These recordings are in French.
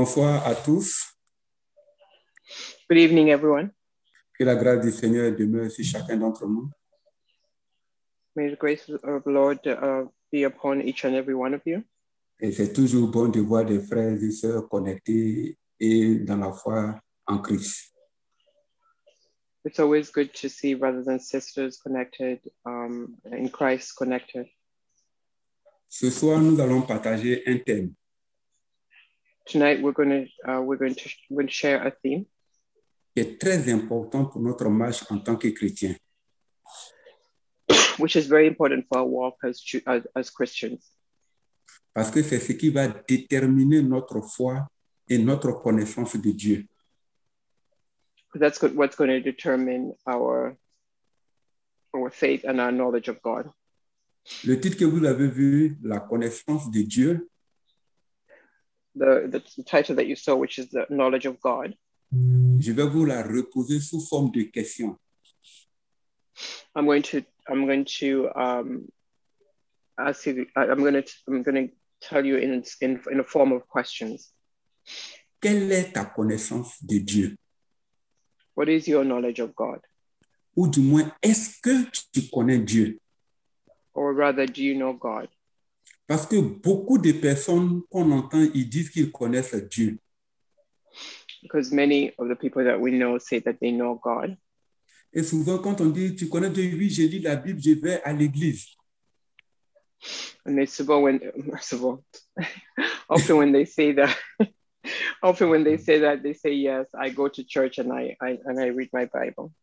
Bonsoir à tous. Good evening, everyone. Que la grâce du Seigneur demeure sur chacun d'entre nous. May the grace of the Lord uh, be upon each and every one of you. Et c'est toujours bon de voir des frères et sœurs connectés et dans la foi en Christ. It's always good to see brothers and sisters connected um, in Christ connected. Ce soir, nous allons partager un thème. Tonight we're going to uh, we're going to sh- we're going to share a theme qui est très important pour notre marche en tant que chrétien. which is very important for our walk as Ju- as, as Christians Parce que c'est ce qui va déterminer notre foi et notre connaissance de Dieu. 'cause that's good, what's going to determine our our faith and our knowledge of God. Le titre que vous avez vu, La connaissance de Dieu, The the, title that you saw, which is the knowledge of God, je vais vous la reposer sous forme de question. I'm going to I'm going to um, ask you. I- I'm going to I'm going to tell you in in in a form of questions. Quelle est ta connaissance de Dieu? What is your knowledge of God, Ou du moins, est-ce que tu connais Dieu? or rather, do you know God? Parce que beaucoup de personnes qu'on entend, ils disent qu'ils connaissent Dieu. Because many of the people that we know say that they know God, Et souvent, quand on dit, tu connais Dieu, oui, j'ai lu la Bible, je vais à l'église. and they suppose when suppose, often when they say that. Often when they say that, they say, yes, I go to church and I, I and I read my Bible.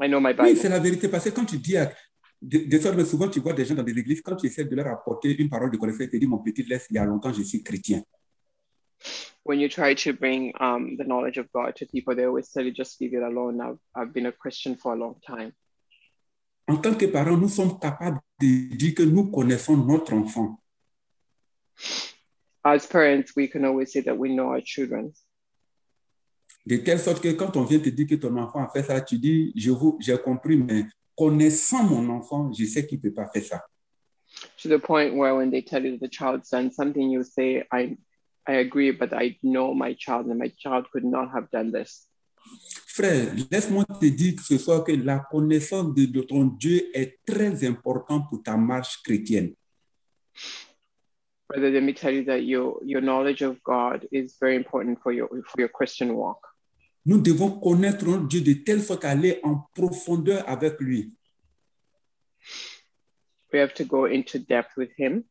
I know my Oui, Bible. c'est la vérité, parce que quand tu dis à... De, de sorte que souvent, tu vois des gens dans des églises, quand tu essaies de leur apporter une parole de connaissance, ils te disent, mon petit, laisse, il y a longtemps, je suis chrétien. when you try to bring um, the knowledge of God to people, they always tell you, just leave it alone. I've, I've been a Christian for a long time. En tant que parents, nous sommes capables de dire que nous connaissons notre enfant. As parents, we can always say that we know our children. De telle sorte que quand on vient te dire que ton enfant a fait ça, tu dis, je vous, j'ai compris, mais connaissant mon enfant, je sais qu'il ne peut pas faire ça. To the point where when they tell you that the child's done something, you say, I, I agree, but I know my child and my child could not have done this. Frère, laisse-moi te dire que ce soir que la connaissance de, de ton Dieu est très importante pour ta marche chrétienne. Brother, let me tell you that your, your knowledge of God is very important for your, for your Christian walk. Nous devons connaître notre Dieu de telle sorte qu'aller en profondeur avec lui. We have to go into depth with Him.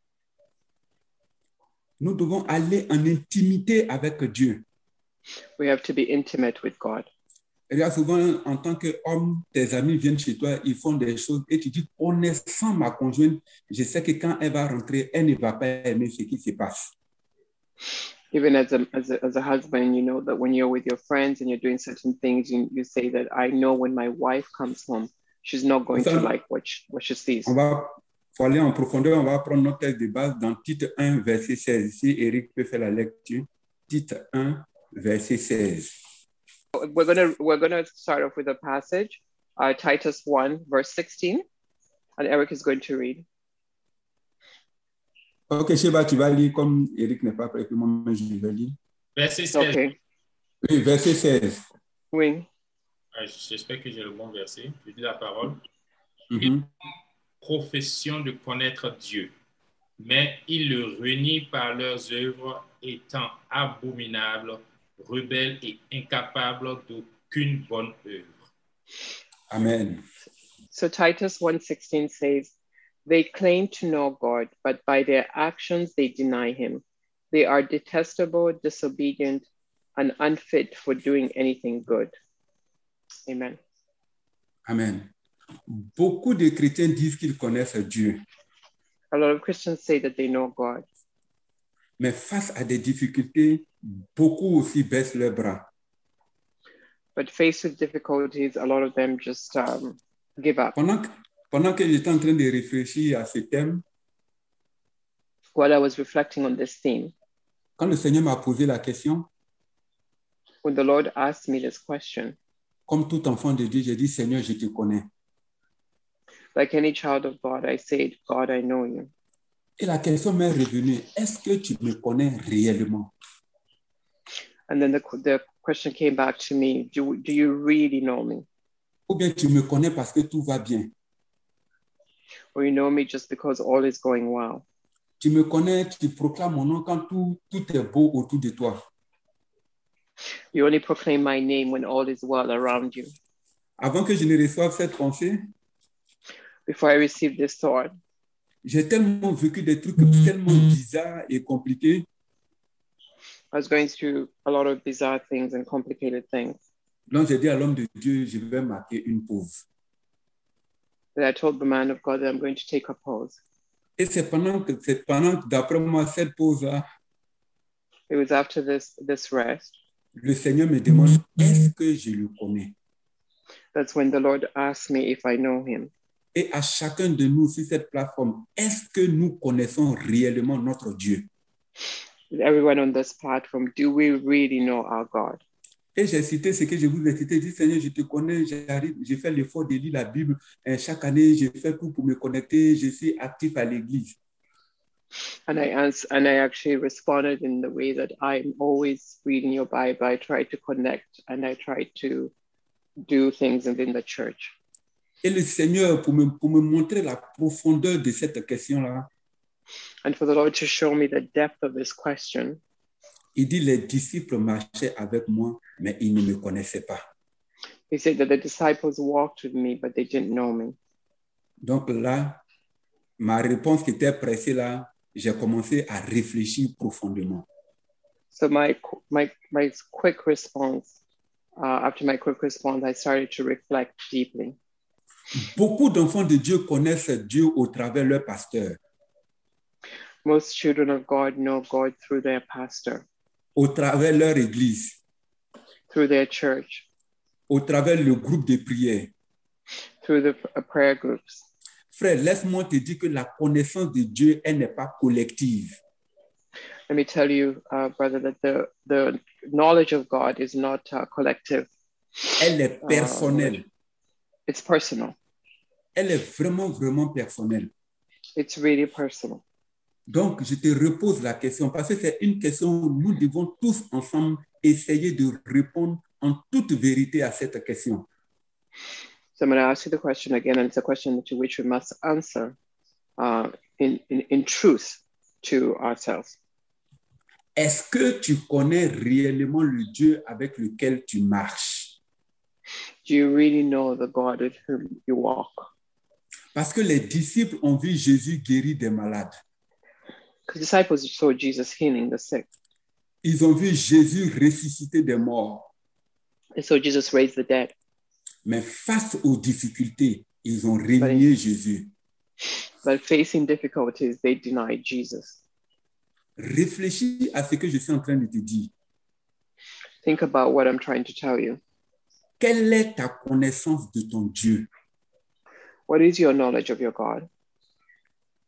Nous devons aller en intimité avec Dieu. We have to be intimate with God. Regarde, souvent, en tant qu'homme, tes amis viennent chez toi, ils font des choses et tu dis, connaissant ma conjointe, je sais que quand elle va rentrer, elle ne va pas aimer ce qui se passe. even as a, as a as a husband you know that when you're with your friends and you're doing certain things you, you say that i know when my wife comes home she's not going to Exactly. Mm-hmm. like what she, what she sees On va faut aller en profondeur, on va prendre notre texte de base dans titre 1, verset 16. Ici, Eric peut faire la lecture. Titre 1, verset 16. we're gonna we're gonna start off with a passage uh, titus 1 verse 16 and eric is going to read Ok, Sheba, tu vas lire comme Eric n'est pas prêt, puis moi-même, je vais lire. Verset 16. okay Oui, verset 16. we Ah, J'espère que j'ai le bon verset. Je dis la parole. Mhm. Profession de connaître Dieu, mais ils le renient par leurs œuvres, étant abominables, rebelles et incapables d'aucune bonne œuvre. Amen. So Titus 1:16 says, "They claim to know God, but by their actions they deny him. They are detestable, disobedient, and unfit for doing anything good." Amen. Amen. Beaucoup de chrétiens disent qu'ils connaissent Dieu, A lot of Christians say that they know God, mais face à des difficultés, beaucoup aussi baissent leurs bras. but faced with difficulties, a lot of them just um, give up. Pendant que, pendant que j'étais en train de réfléchir à ce thème, While I was reflecting on this theme, quand le Seigneur m'a posé la question, when the Lord asked me this question, comme tout enfant de Dieu, j'ai dit, Seigneur, je te connais. like any child of God, I said, "God, I know you." Et la question m'est revenue, est-ce que tu me connais réellement And then the, the question came back to me do, do you really know me? Ou bien tu me connais parce que tout va bien Or you know me just because all is going well? Tu me connais, tu proclames mon nom quand tout, tout est beau autour de toi. You only proclaim my name when all is well around you. Avant que je ne reçoive cette pensée, Before I received this thought, j'ai tellement vécu des trucs tellement bizarres et compliqués I was going through a lot of bizarre things and complicated things Donc, j'ai dit à l'homme de Dieu, je vais marquer une pause. that I told the man of God that I'm going to take a pause. Et c'est pendant que, c'est pendant que, d'après moi, cette pause-là, It was after this this rest le Seigneur me demande, est-ce que je le connais? that's when the Lord asked me if I know him. Et à chacun de nous sur cette plateforme, est-ce que nous connaissons réellement notre Dieu? Everyone on this platform, do we really know our God? Et j'ai cité ce que je vous ai cité, j'ai dit, Seigneur, je te connais, j'arrive, je fais l'effort de lire la Bible. Euh, chaque année, je fais tout pour me connecter, je suis actif à l'église. And I ans- and I actually responded in the way that I'm always reading your Bible. I try to connect and I try to do things within the church. Et le Seigneur, pour me, pour me montrer la profondeur de cette question-là, And for the Lord to show me the depth of this question, il dit, les disciples marchaient avec moi, mais ils ne me connaissaient pas. he said that the disciples walked with me, but they didn't know me. Donc là, ma réponse qui était pressée là, j'ai commencé à réfléchir profondément. So my qu- my my quick response uh, after my quick response, I started to reflect deeply. Beaucoup d'enfants de Dieu connaissent Dieu au travers leur pasteur, Most children of God know God through their pastor, au travers leur église, through their church, au travers le groupe de prière. through the uh, prayer groups. Frère, laisse-moi te dire que la connaissance de Dieu, elle n'est pas collective. Let me tell you, uh, brother, that the the knowledge of God is not uh, collective; Elle est personnelle. it's personal. Elle est vraiment, vraiment personnelle. It's really personal. Donc, je te repose la question parce que c'est une question où nous devons tous ensemble essayer de répondre en toute vérité à cette question. So I'm going to ask you the question again, and it's a question to which we must answer uh, in, in in truth to ourselves. Est-ce que tu connais réellement le Dieu avec lequel tu marches? Do you really know the God with whom you walk? Parce que les disciples ont vu Jésus guérir des malades. Because disciples saw Jesus healing the sick. Ils ont vu Jésus ressusciter des morts. They saw Jesus raise the dead. Mais face aux difficultés, ils ont renié Jésus. But facing difficulties, they denied Jesus. Réfléchis à ce que je suis en train de te dire. Think about what I'm trying to tell you. Quelle est ta connaissance de ton Dieu? What is your knowledge of your God?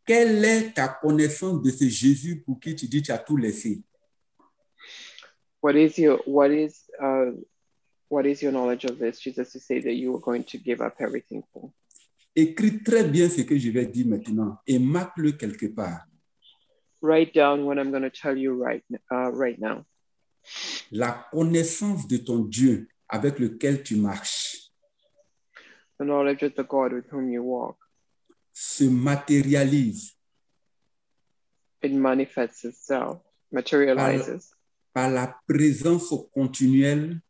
Quelle est ta connaissance de ce Jésus pour qui tu dis tu as tout laissé? What is your what is uh, what is your knowledge of this Jesus to say that you are going to give up everything for? Écris très bien ce que je vais dire maintenant et marque-le quelque part. Write down what I'm going to tell you right uh, right now. la connaissance de ton Dieu avec lequel tu marches The knowledge of the God with whom you walk se matérialise it manifests itself, materializes. par la présence continuelle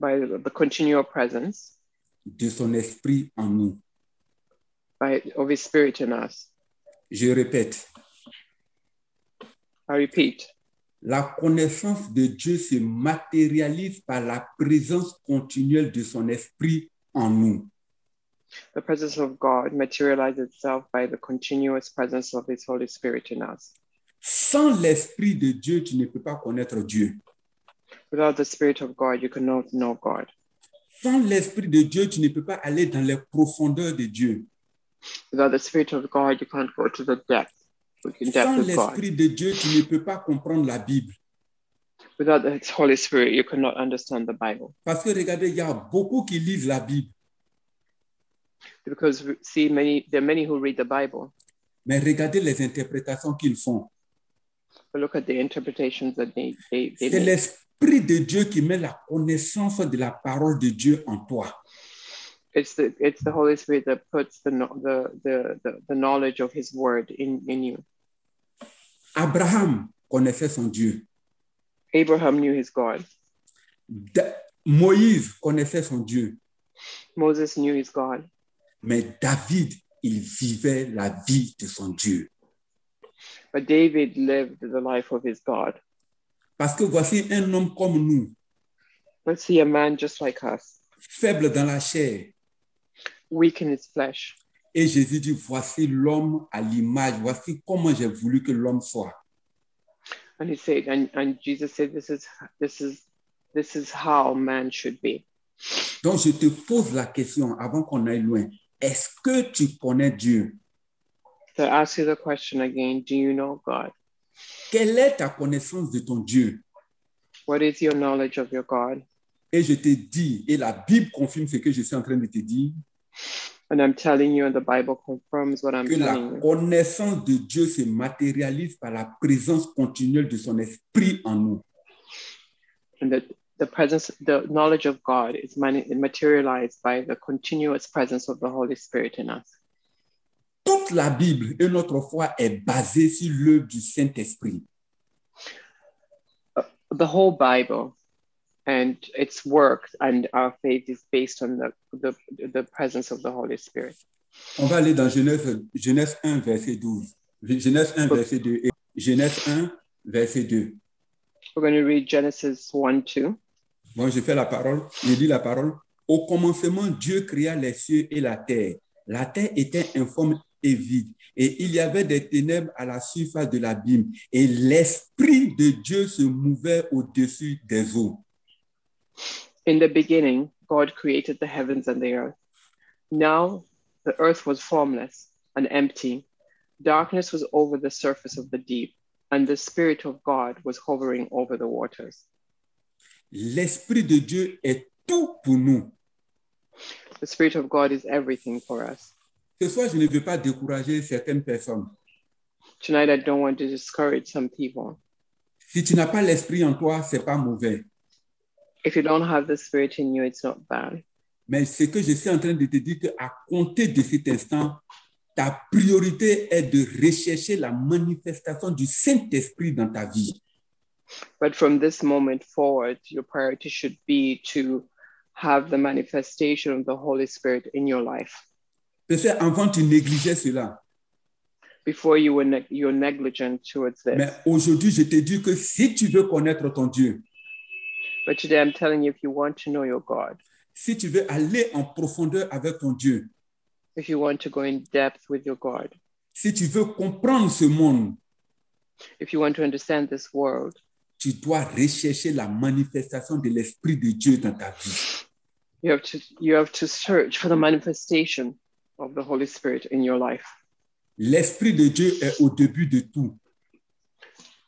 by the the continual presence de son esprit en nous. by of his spirit in us Je répète, i repeat la connaissance de Dieu se matérialise par la présence continuelle de son esprit en nous. the presence of god materializes itself by the continuous presence of his holy spirit in us Sans l'esprit de Dieu, tu ne peux pas connaître Dieu. without the spirit of god you cannot know god Sans l'esprit de Dieu, tu ne peux pas aller dans les profondeurs de Dieu. without the spirit of god you can't go to the depth the Sans depth of god l'esprit de Dieu, tu ne peux pas comprendre la Bible. without the holy spirit you cannot understand the bible Parce que regardez, il y a beaucoup qui lisent la Bible, because we see many there are many who read the bible Mais regardez les interprétations qu'ils font. But look at the interpretations that they, they, they C'est make. l'Esprit de Dieu qui met la connaissance de la parole de Dieu en toi. It's the, it's the Holy Spirit that puts the, kno- the, the, the, the knowledge of His word in, in you. Abraham connaissait son Dieu. Abraham knew his God. Da- Moïse connaissait son Dieu. Moses knew his God. Mais David, il vivait la vie de son Dieu. But David lived the life of his God. Parce que voici un homme comme nous, Let's see a man just like us, faible dans la chair. weak in his flesh. Et Jésus dit, voici l'homme à l'image, voici comment j'ai voulu que l'homme soit. And he said, and, and Jesus said, This is this is this is how man should be. Donc je te pose la question avant qu'on aille loin. Est-ce que tu connais Dieu? So I ask you the question again, do you know God? Quelle est ta connaissance de ton Dieu? What is your knowledge of your God? Et je te dis, et la Bible confirme ce que je suis en train de te dire, And I'm telling you, and the Bible confirms what I'm que la telling you. connaissance de Dieu se matérialise par la présence continuelle de son esprit en nous. And that the presence, the knowledge of God is mani- materialized by the continuous presence of the Holy Spirit in us. Toute la Bible et notre foi est basée sur l'œuvre du Saint-Esprit. The whole Bible and its work and our faith is based on the, the, the presence of the Holy Spirit. On va aller dans Genèse, Genèse 1, verset 12. Genèse 1, verset 2. Et Genèse 1, verset 2. We're going to read Genesis 1 2. Bon, je fais la parole, je lis la parole. Au commencement, Dieu créa les cieux et la terre. La terre était informe et vide, et il y avait des ténèbres à la surface de l'abîme, et l'Esprit de Dieu se mouvait au-dessus des eaux. In the beginning, God created the heavens and the earth. Now the earth was formless and empty. Darkness was over the surface of the deep, and the Spirit of God was hovering over the waters. L'Esprit de Dieu est tout pour nous. The Spirit of God is everything for us. Ce soir, je ne veux pas décourager certaines personnes. Tonight, I don't want to discourage some people. Si tu n'as pas l'Esprit en toi, c'est pas mauvais. If you don't have the Spirit in you, it's not bad. Mais ce que je suis en train de te dire, que à compter de cet instant, ta priorité est de rechercher la manifestation du Saint-Esprit dans ta vie. But from this moment forward, your priority should be to have the manifestation of the Holy Spirit in your life. Parce qu'avant, tu négligeais cela. Before you were neg- you're negligent towards this. Mais aujourd'hui, je te dis que si tu veux connaître ton Dieu, But today I'm telling you, if you want to know your God, si tu veux aller en profondeur avec ton Dieu, if you want to go in depth with your God, si tu veux comprendre ce monde, if you want to understand this world, tu dois rechercher la manifestation de l'Esprit de Dieu dans ta vie. you have to you have to search for the manifestation of the Holy Spirit in your life. L'Esprit de Dieu est au début de tout.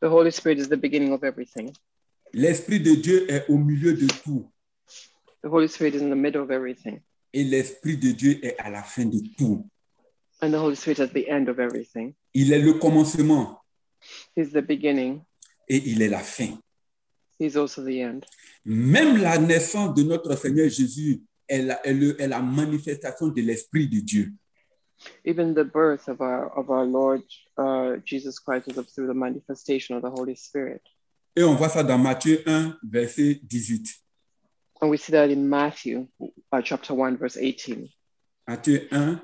The Holy Spirit is the beginning of everything. L'Esprit de Dieu est au milieu de tout. The Holy Spirit is in the middle of everything, et l'Esprit de Dieu est à la fin de tout. and the Holy Spirit is at the end of everything. Il est le commencement He's the beginning. et il est la fin. He's also the end. Même la naissance de notre Seigneur Jésus est la, est le- est la manifestation de l'Esprit de Dieu. Even the birth of our of our Lord uh, Jesus Christ is through the manifestation of the Holy Spirit, Et on voit ça dans Matthieu 1, verset 18. and we see that in Matthew uh, chapter one, verse eighteen. Matthieu 1,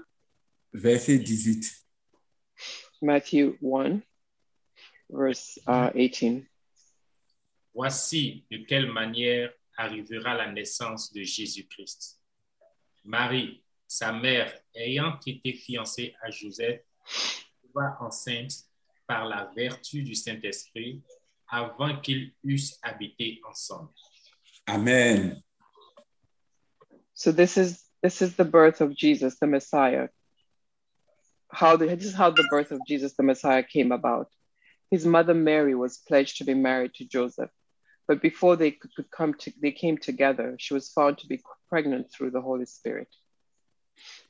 verset 18. Matthew 1, verse uh, 18. Voici de quelle manière arrivera la naissance de Jésus-Christ. Marie, sa mère, ayant été fiancée à Joseph, va enceinte par la vertu du Saint-Esprit avant qu'ils eussent habité ensemble. Amen. So this is this is the birth of Jesus, the Messiah. How the, this is how the birth of Jesus, the Messiah, came about. His mother Mary was pledged to be married to Joseph, but before they could could come to, they came together, she was found to be pregnant through the Holy Spirit.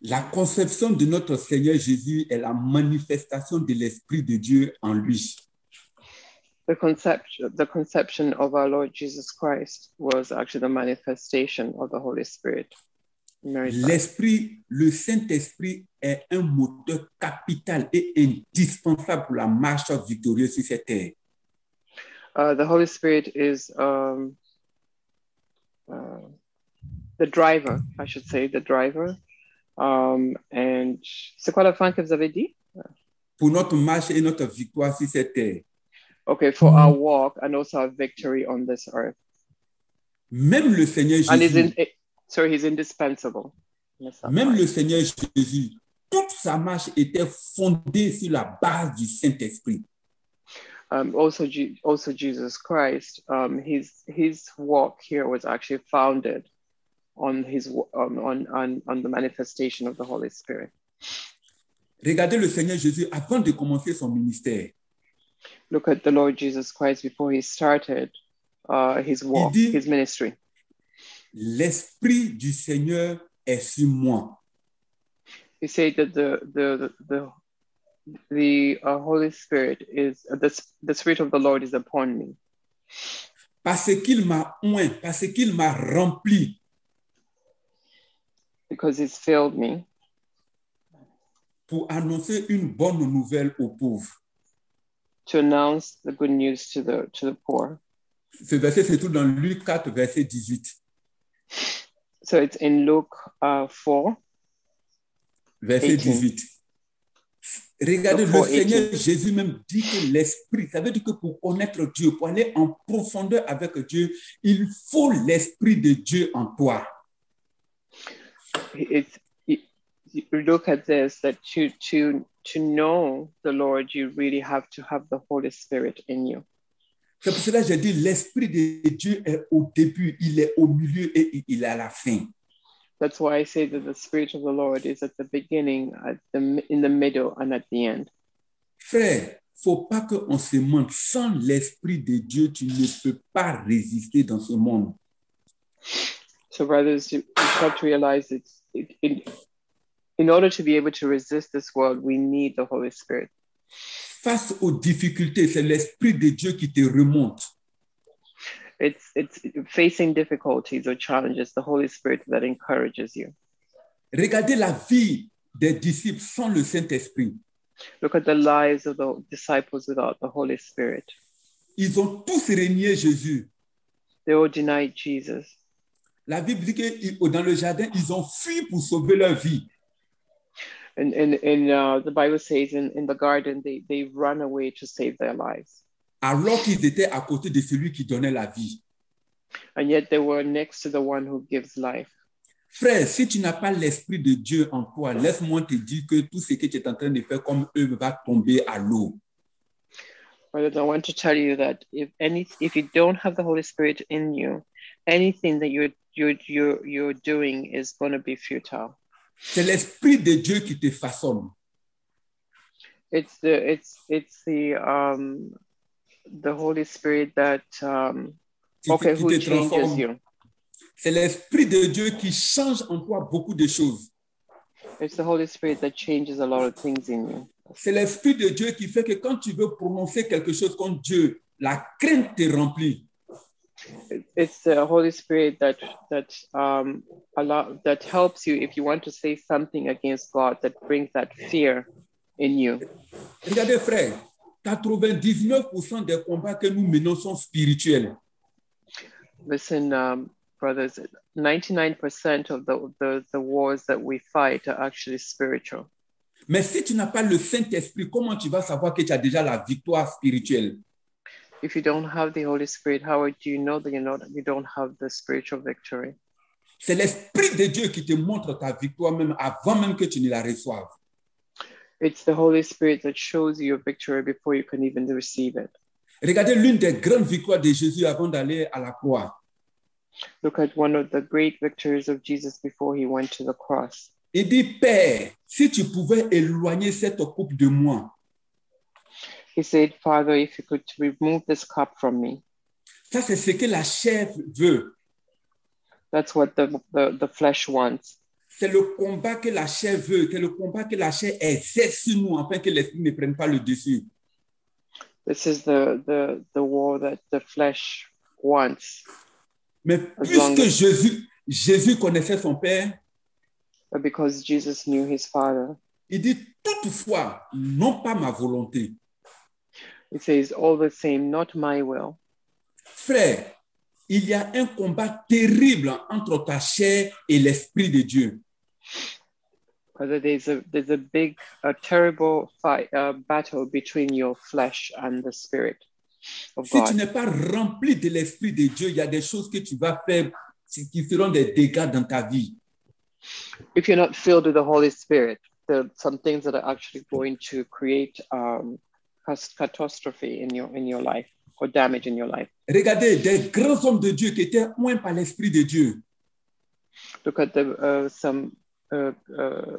La conception de notre Seigneur Jésus est la manifestation de l'Esprit de Dieu en lui. The conception, the conception of our Lord Jesus Christ was actually the manifestation of the Holy Spirit. Mary's birth. L'Esprit, le Saint-Esprit est un moteur capital et indispensable pour la marche victorieuse sur cette terre. Uh, the Holy Spirit is um, uh, the driver, I should say, the driver. Um, and c'est quoi la fin que vous avez dit? Pour notre marche et notre victoire sur cette terre. Okay, for our Mm-hmm. walk and also our victory on this earth. Même le Seigneur And he's Jésus, in, so he's indispensable. Yes, that's Mm-hmm. même right. le Seigneur Jésus, toute sa marche était fondée sur la base du Saint-Esprit. um, also, Je- also Jesus Christ, um, his his walk here was actually founded on his w- um, on, on on the manifestation of the Holy Spirit. Regardez le Seigneur Jésus avant de commencer son ministère. Look at the Lord Jesus Christ before he started uh, his walk, did- his ministry. L'Esprit du Seigneur est sur moi. You say that the the the the, the uh, Holy Spirit is uh, the s- the Spirit of the Lord is upon me Parce qu'il m'a oint, parce qu'il m'a rempli, because He's filled me pour annoncer une bonne nouvelle aux pauvres. to announce the good news to the to the poor. Ce verset se trouve dans Luc 4, verset 18. So it's in Luke uh, four. Verset 18. 18. Regardez, le Donc, for 18. Seigneur Jésus même dit que l'esprit, ça veut dire que pour connaître Dieu, pour aller en profondeur avec Dieu, il faut l'esprit de Dieu en toi. it's you, you look at this that to to to know the lord you really have to have the holy spirit in you C'est pour cela que j'ai dit l'esprit de Dieu est au début, il est au milieu et il est à la fin. that's why i say that the spirit of the lord is at the beginning at the mi- in the middle and at the end Frère, faut pas qu'on se mente. Sans l'esprit de Dieu, tu ne peux pas résister dans ce monde. so brothers you, you have to realize it's it, it, in order to be able to resist this world we need the holy spirit Face aux difficultés, c'est l'esprit de Dieu qui te remonte. it's it's facing difficulties or challenges the holy spirit that encourages you Regardez la vie des disciples sans le Saint-Esprit. look at the lives of the disciples without the holy spirit Ils ont tous régné Jésus. they all denied jesus La Bible dit que dans le jardin, ils ont fui pour sauver leur vie. And in in uh, the Bible says in, in the garden they they run away to save their lives, Alors qu'ils étaient à côté de celui qui donnait la vie. and yet they were next to the one who gives life. Frère, si tu n'as pas l'Esprit de Dieu en toi, laisse-moi te dire que tout ce que tu es en train de faire comme eux va tomber à l'eau. Brothers, I want to tell you that if any if you don't have the Holy Spirit in you, anything that you're you're you're, you're doing is going to be futile. C'est l'Esprit de Dieu qui te façonne. It's the it's it's the um the Holy Spirit that um qui te- okay qui who te transforme. changes you. C'est l'Esprit de Dieu qui change en toi beaucoup de choses. It's the Holy Spirit that changes a lot of things in you. C'est l'Esprit de Dieu qui fait que quand tu veux prononcer quelque chose contre Dieu, la crainte te remplit. it's the Holy Spirit that that um allow that helps you if you want to say something against God that brings that fear in you. Regardez, frère, 99% des combats que nous menons sont spirituels. Listen, um, brothers, ninety nine percent of the, the the wars that we fight are actually spiritual. Mais si tu n'as pas le Saint-Esprit, comment tu vas savoir que tu as déjà la victoire spirituelle If you don't have the Holy Spirit, how do you know that you're not you don't have the spiritual victory? C'est l'Esprit de Dieu qui te montre ta victoire même avant même que tu ne la reçoives. It's the Holy Spirit that shows you your victory before you can even receive it. Regardez l'une des grandes victoires de Jésus avant d'aller à la croix. Look at one of the great victories of Jesus before he went to the cross. Il dit, Père, si tu pouvais éloigner cette coupe de moi, He said, Father, if you could remove this cup from me. ça c'est ce que la chair veut. That's what the, the, the flesh wants. C'est le combat que la chair veut, c'est le combat que la chair exerce sur nous afin que l'esprit ne prenne pas le dessus. This is the, the, the war that the flesh wants. Mais long puisque as- Jésus, Jésus connaissait son Père, But because Jesus knew his Father, il dit toutefois, non pas ma volonté. he says, All the same, not my will. Frère, il y a un combat terrible entre ta chair et l'Esprit de Dieu. Whether there's a there's a big, a terrible fight, a battle between your flesh and the spirit of Si tu God. n'es pas rempli de l'Esprit de Dieu, il y a des choses que tu vas faire qui feront des dégâts dans ta vie. If you're not filled with the Holy Spirit, there are some things that are actually going to create um, cas- catastrophe in your in your life or damage in your life. Regardez, des grands hommes de Dieu qui étaient moins par l'Esprit de Dieu, Look at the uh, some uh, uh,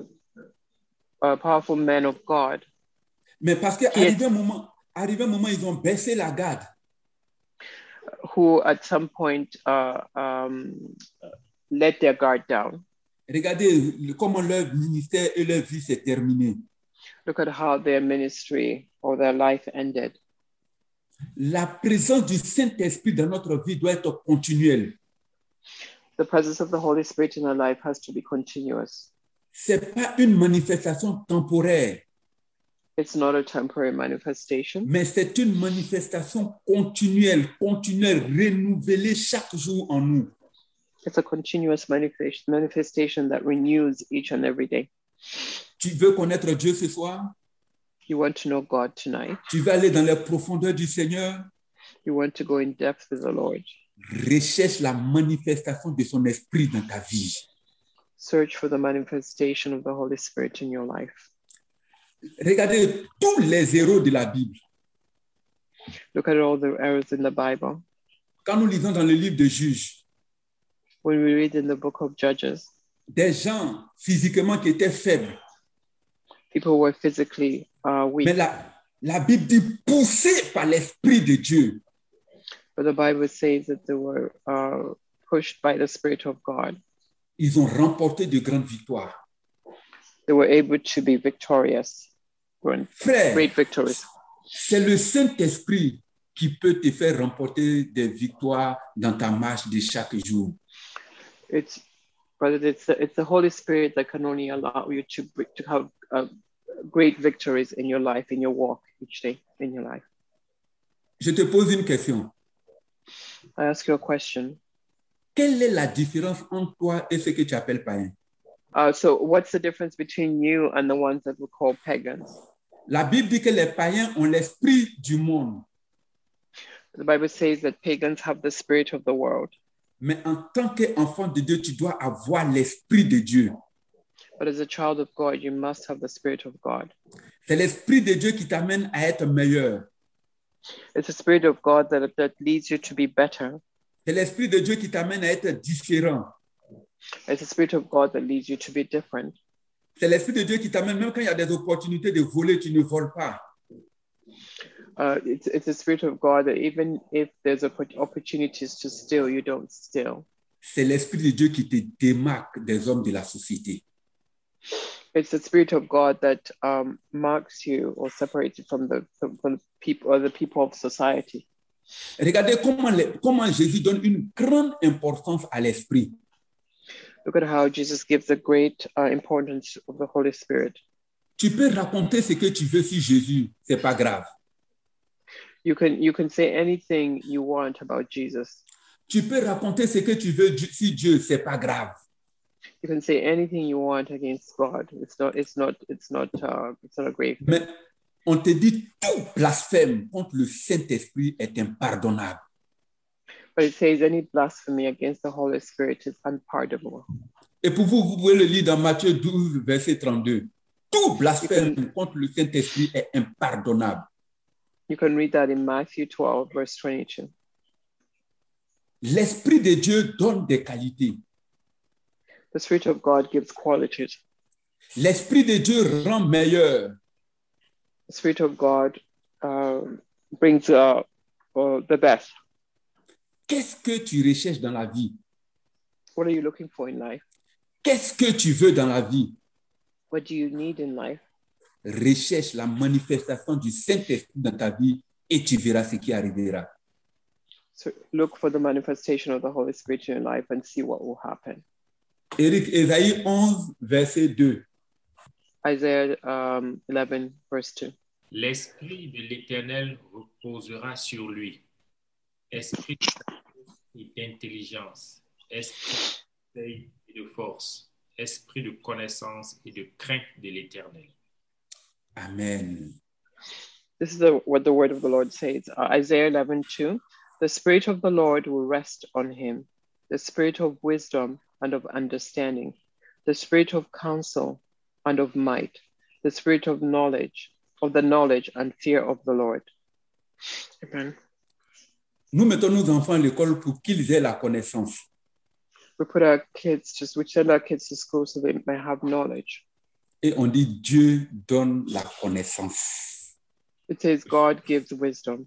uh, powerful men of God mais parce qu'arrivé un moment, arrivé un moment, ils ont baissé la garde. who at some point uh, um, let their guard down. Regardez le- comment leur ministère et leur vie s'est terminée. Look at how their ministry or their life ended. La présence du Saint-Esprit dans notre vie doit être continuelle. The presence of the Holy Spirit in our life has to be continuous. Ce n'est pas une manifestation temporaire, It's not a temporary manifestation, mais c'est une manifestation continuelle, continuelle, renouvelée chaque jour en nous. it's a continuous manifest- manifestation that renews each and every day. Tu veux connaître Dieu ce soir? You want to know God tonight, Tu veux aller dans les profondeurs du Seigneur? you want to go in depth with the Lord. Recherche la manifestation de son esprit dans ta vie. Search for the manifestation of the Holy Spirit in your life. Regardez tous les héros de la Bible. Look at all the errors in the Bible. Quand nous lisons dans le livre de Juges, When we read in the book of Judges, des gens physiquement qui étaient faibles, people were physically uh, Mais weak. la, la Bible dit poussé par l'Esprit de Dieu. But the Bible says that they were uh, pushed by the Spirit of God. Ils ont remporté de grandes victoires. They were able to be victorious, great Frère, great victories. c'est le Saint-Esprit qui peut te faire remporter des victoires dans ta marche de chaque jour. It's brother, it's the, it's the Holy Spirit that can only allow you to br- to have uh, great victories in your life, in your walk each day in your life. Je te pose une question. I ask you a question. Quelle est la différence entre toi et ce que tu appelles païen? Uh, so, what's the difference between you and the ones that we call pagans? La Bible dit que les païens ont l'esprit du monde. The Bible says that pagans have the spirit of the world, Mais en tant qu'enfant de Dieu, tu dois avoir l'esprit de Dieu. but as a child of God, you must have the spirit of God. C'est l'esprit de Dieu qui t'amène à être meilleur. It's the Spirit of God that, that leads you to be better. C'est l'esprit de Dieu qui t'amène à être différent. It's the Spirit of God that leads you to be different. C'est l'Esprit de Dieu qui t'amène, même quand il y a des opportunités de voler, tu ne voles pas. Uh, it's, it's the Spirit of God that even if there's oppor- opportunities to steal, you don't steal. C'est l'Esprit de Dieu qui te démarque des hommes de la société. It's the Spirit of God that um, marks you or separates you from the from, from the people or the people of society. Regardez comment, les- comment Jésus donne une grande importance à l'Esprit. Look at how Jesus gives a great uh, importance of the Holy Spirit. Tu peux raconter ce que tu veux sur Jésus, c'est pas grave. You can you can say anything you want about Jesus. Tu peux raconter ce que tu veux du- sur Dieu, c'est pas grave. You can say anything you want against God. It's not it's not it's not uh, it's not a grave Mais on te dit tout blasphème contre le Saint-Esprit est impardonnable. But it says any blasphemy against the Holy Spirit is unpardonable. Et pour vous, vous pouvez le lire dans Matthieu 12, verset 32. Tout blasphème contre le Saint-Esprit est impardonnable. You can read that in Matthew 12, verse 22. L'Esprit de Dieu donne des qualités. The Spirit of God gives qualities. L'Esprit de Dieu rend meilleur. The Spirit of God um, brings uh, uh, the best. Qu'est-ce que tu recherches dans la vie? What are you looking for in life? Qu'est-ce que tu veux dans la vie What do you need in life? Recherche la manifestation du Saint-Esprit dans ta vie et tu verras ce qui arrivera. So look for the manifestation of the Holy Spirit in your life and see what will happen. Éric, Ésaïe 11, verset 2. Isaiah um, 11, verse 2. L'Esprit de l'Éternel reposera sur lui. Esprit de sagesse et d'intelligence, esprit de conseil et de force, esprit de connaissance et de crainte de l'Éternel. Amen. This is the, what the word of the Lord says. Uh, Isaiah 11, 2. The Spirit of the Lord will rest on him, the Spirit of wisdom and of understanding, the Spirit of counsel and of might, the Spirit of knowledge, of the knowledge and fear of the Lord. Amen. Nous mettons nos enfants à l'école pour qu'ils aient la connaissance. We put our kids just, we send our kids to school so they may have knowledge. Et on dit Dieu donne la connaissance. It says God gives wisdom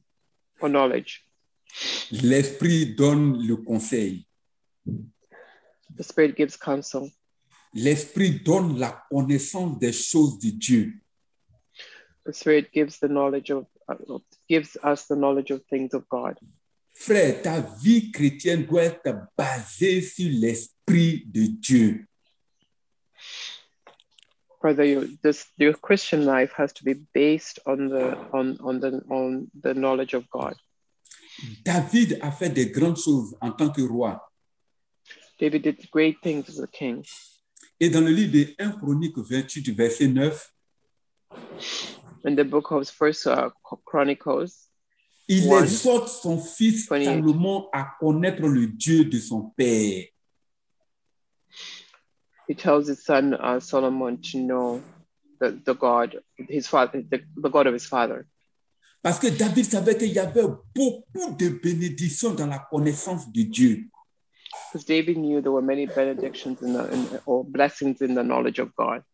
or knowledge. L'Esprit donne le conseil. The Spirit gives counsel. L'Esprit donne la connaissance des choses de Dieu. The Spirit gives the knowledge of, of- gives us the knowledge of things of God. Frère, ta vie chrétienne doit être basée sur l'Esprit de Dieu. Brother, your this your Christian life has to be based on the on on the on the knowledge of God. David a fait des grandes choses en tant que roi. David did great things as a king. Et dans le livre de 1 Chronique 28, du verset 9, In the book of First uh, Chronicles, il Ouais. exhorte son fils Oui. Salomon à connaître le Dieu de son père. he tells his son uh, Solomon to know the, the God, his father, the, the God of his father, Parce que David savait qu'il y avait beaucoup de bénédictions dans la connaissance de Dieu. because David knew there were many benedictions in the in, or blessings in the knowledge of God.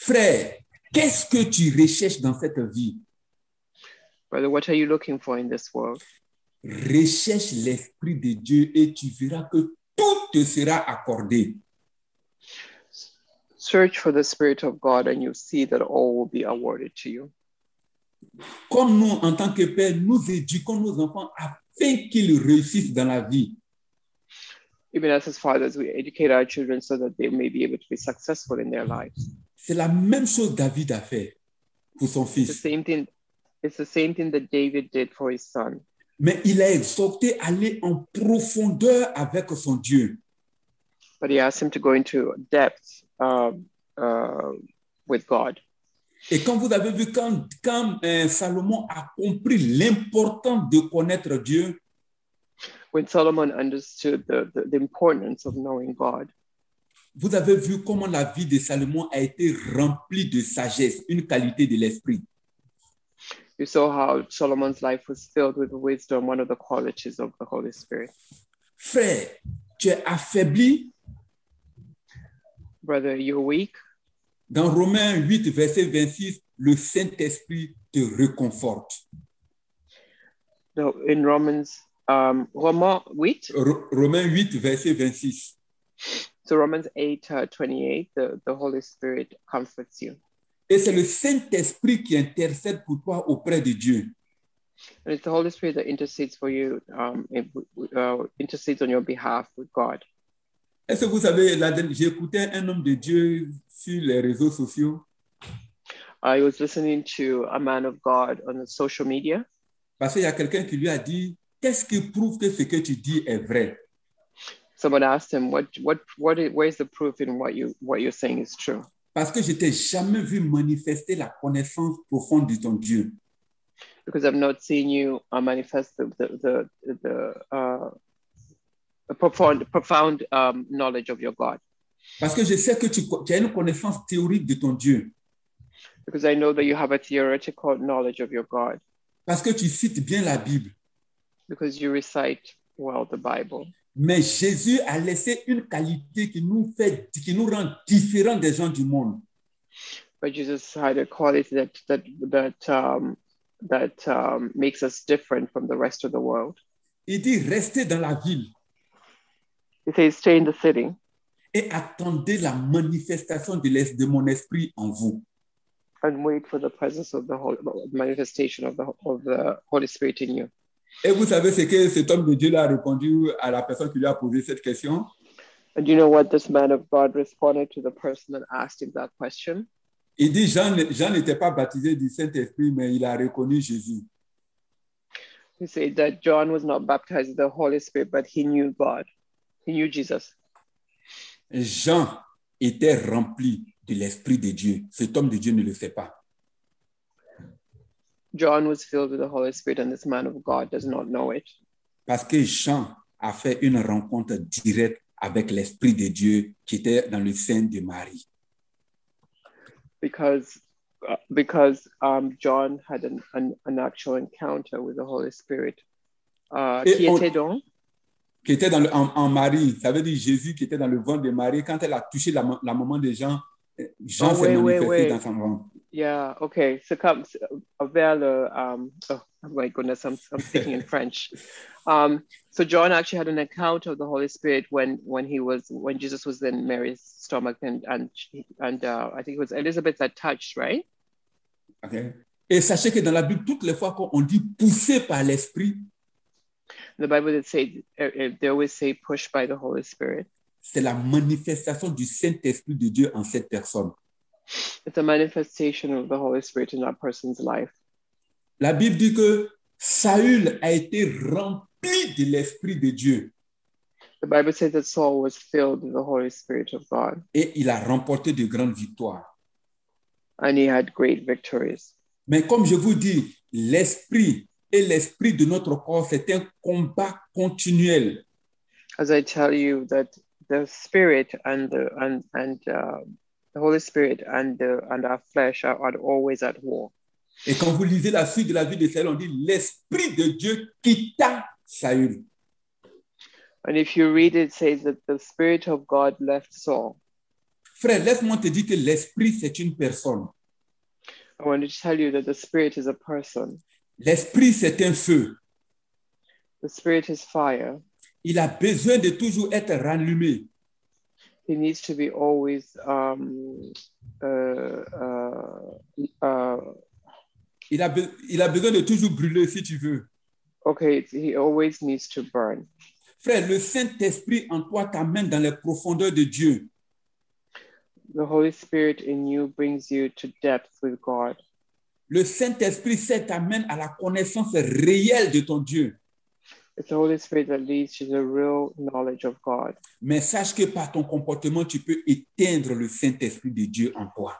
Frère, qu'est-ce que tu recherches dans cette vie Brother, what are you looking for in this world? Recherche l'Esprit de Dieu et tu verras que tout te sera accordé. Search for the Spirit of God, and you'll see that all will be awarded to you. Comme nous, en tant que père, nous éduquons nos enfants afin qu'ils réussissent dans la vie. Even as his fathers, we educate our children so that they may be able to be successful in their lives. C'est la même chose David a fait pour son It's the fils. same thing. It's the same thing that David did for his son. Mais il a exhorté à aller en profondeur avec son Dieu. but he asked him to go into depth um, uh, with God. Et quand vous avez vu, quand, quand, euh, Salomon a compris l'importance de connaître Dieu, When Solomon understood the, the, the importance of knowing God, vous avez vu comment la vie de Salomon a été remplie de sagesse, une qualité de l'esprit. you saw how Solomon's life was filled with wisdom, one of the qualities of the Holy Spirit. Frère, tu es affaibli. Brother, you're weak. Dans Romains 8, verset 26, le Saint-Esprit te réconforte. No, in Romans, um, Roman, wait. R- Romains 8, verset 26. So Romans 8, uh, 28, the, the Holy Spirit comforts you. Et c'est le Saint-Esprit qui intercède pour toi auprès de Dieu. And it's the Holy Spirit that intercedes for you, um, in- uh, intercedes on your behalf with God. Est-ce que vous savez, la dernière- j'écoutais un homme de Dieu sur les réseaux sociaux I was listening to a man of God on the social media, parce qu'il y a quelqu'un qui lui a dit, qu'est-ce qui prouve que ce que tu dis est vrai someone asked him what what what is, where's the proof in what you what you're saying is true Parce que je t'ai jamais vu manifester la connaissance profonde de ton Dieu. because i've not seen you uh, manifest the the the, the uh the profound profound um, knowledge of your god Parce que je sais que tu, co- tu as une connaissance théorique de ton Dieu. because i know that you have a theoretical knowledge of your god Parce que tu cites bien la Bible. because you recite well the bible Mais Jésus a laissé une qualité qui nous, fait, qui nous rend différents des gens du monde. but jesus had a quality that that that um that um, makes us different from the rest of the world Il dit, restez dans la ville. he says stay in the city et attendez la manifestation de, l'es- de mon esprit en vous. and wait for the presence of the Holy manifestation of the of the Holy Spirit in you. Et vous savez ce que cet homme de Dieu a répondu à la personne qui lui a posé cette question And you know what this man of God responded to the person that asked him that question? Il dit, Jean, Jean n'était pas baptisé du Saint-Esprit, mais il a reconnu Jésus. He said that John was not baptized with the Holy Spirit, but he knew God. He knew Jesus. Jean était rempli de l'Esprit de Dieu. Cet homme de Dieu ne le sait pas. John was filled with the Holy Spirit, and this man of God does not know it Parce que Jean a fait une rencontre directe avec l'Esprit de Dieu qui était dans le sein de Marie. because uh, because um, John had an, an, an actual encounter with the Holy Spirit. Uh, Et qui on- était donc? qui était dans le- en, en Marie, ça veut dire Jésus qui était dans le ventre de Marie, quand elle a touché la, ma- la maman de Jean, euh, Jean Ah, s'est ouais, ouais, manifesté ouais. dans son ventre. Yeah, okay. So come s- uh, vers le, um, oh my goodness, I'm, I'm speaking in French. Um, so John actually had an encounter of the Holy Spirit when when he was when Jesus was in Mary's stomach and and she- and uh, I think it was Elizabeth that touched, right? ok? Et sachez que dans la Bible, toutes les fois qu'on dit poussé par l'esprit, The Bible did say uh, uh, they always say pushed by the Holy Spirit. c'est la manifestation du Saint-Esprit de Dieu en cette personne. It's a manifestation of the Holy Spirit in that person's life. La Bible dit que Saül a été rempli de l'Esprit de Dieu The Bible says that Saul was filled with the Holy Spirit of God, et il a remporté de grandes victoires. and he had great victories. Mais comme je vous dis, l'esprit et l'esprit de notre corps, c'est un combat continuel. as I tell you that the spirit and the and and uh, the Holy Spirit and the and our flesh are, are always at war. Et quand vous lisez la suite de la vie de Saül, on dit l'Esprit de Dieu quitta Saül. And if you read it, it says that the spirit of God left Saul. Frère, laisse-moi te dire que l'Esprit, c'est une personne. I want to tell you that the spirit is a person. L'Esprit, c'est un feu. The spirit is fire. Il a besoin de toujours être rallumé. He needs to be always um, uh, uh, uh, Il a, be- il a besoin de toujours brûler, si tu veux. okay. it's- He always needs to burn. Frère, le Saint-Esprit en toi t'amène dans les profondeurs de Dieu. The Holy Spirit in you brings you to depth with God. Le Saint-Esprit c'est t'amène à la connaissance réelle de ton Dieu. It's the Holy Spirit that leads to the real knowledge of God. Mais sache que par ton comportement, tu peux éteindre le Saint-Esprit de Dieu en toi.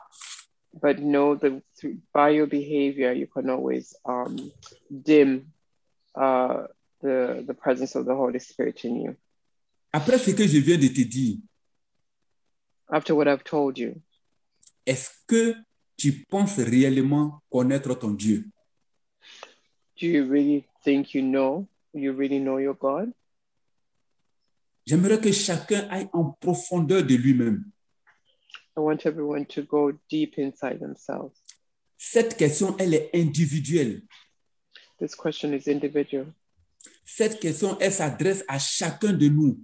But know that through, by your behavior, you can always um, dim uh, the, the presence of the Holy Spirit in you. Après ce que je viens de te dire, After what I've told you, Est-ce que tu penses réellement connaître ton Dieu? do you really think you know? You really know your God? J'aimerais que chacun aille en profondeur de lui-même. I want everyone to go deep inside themselves. Cette question, elle est individuelle. This question is individual. Cette question, elle s'adresse à chacun de nous.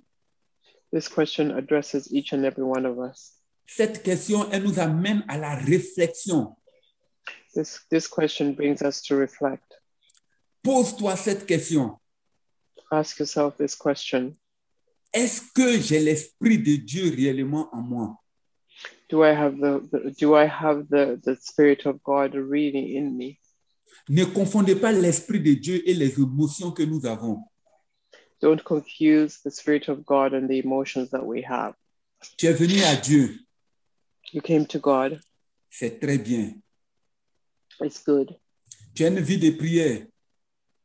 This question addresses each and every one of us. Cette question, elle nous amène à la réflexion. This, this question brings us to reflect. Pose-toi cette question. Ask yourself this question Est-ce que j'ai l'Esprit de Dieu réellement en moi? do I have the, the do I have the, the spirit of God really in me? Ne confondez pas l'Esprit de Dieu et les émotions que nous avons. Don't confuse the spirit of God and the emotions that we have. Tu es venu à Dieu, You came to God, c'est très bien. it's good. Tu as une vie de prière,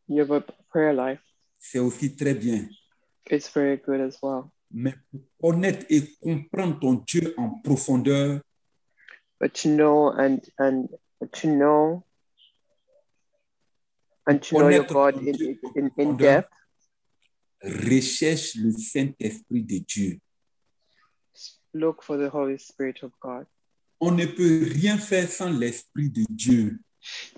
You have a prayer life, c'est aussi très bien. it's very good as well. Mais pour connaître et comprendre ton Dieu en profondeur, But to know and and to know and to know your God in, in, in depth, recherche le Saint-Esprit de Dieu. look for the Holy Spirit of God. On ne peut rien faire sans l'Esprit de Dieu.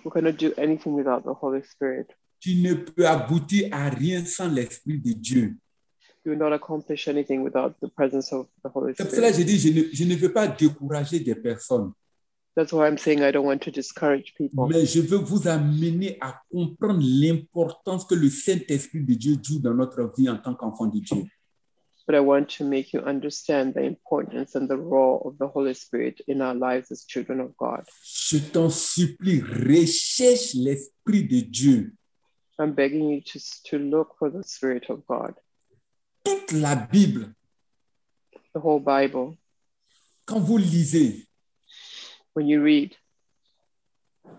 We cannot do anything without the Holy Spirit. Tu ne peux aboutir à rien sans l'Esprit de Dieu. you will not accomplish anything without the presence of the Holy C'est pour cela Spirit. que je dis, je ne, je ne veux pas décourager des personnes, That's why I'm saying I don't want to discourage people, mais je veux vous amener à comprendre l'importance que le Saint-Esprit de Dieu joue dans notre vie en tant qu'enfant de Dieu. but I want to make you understand the importance and the role of the Holy Spirit in our lives as children of God. Je t'en supplie, recherche l'Esprit de Dieu. I'm begging you to, to look for the Spirit of God. Toute la Bible, The whole Bible, quand vous lisez, when you read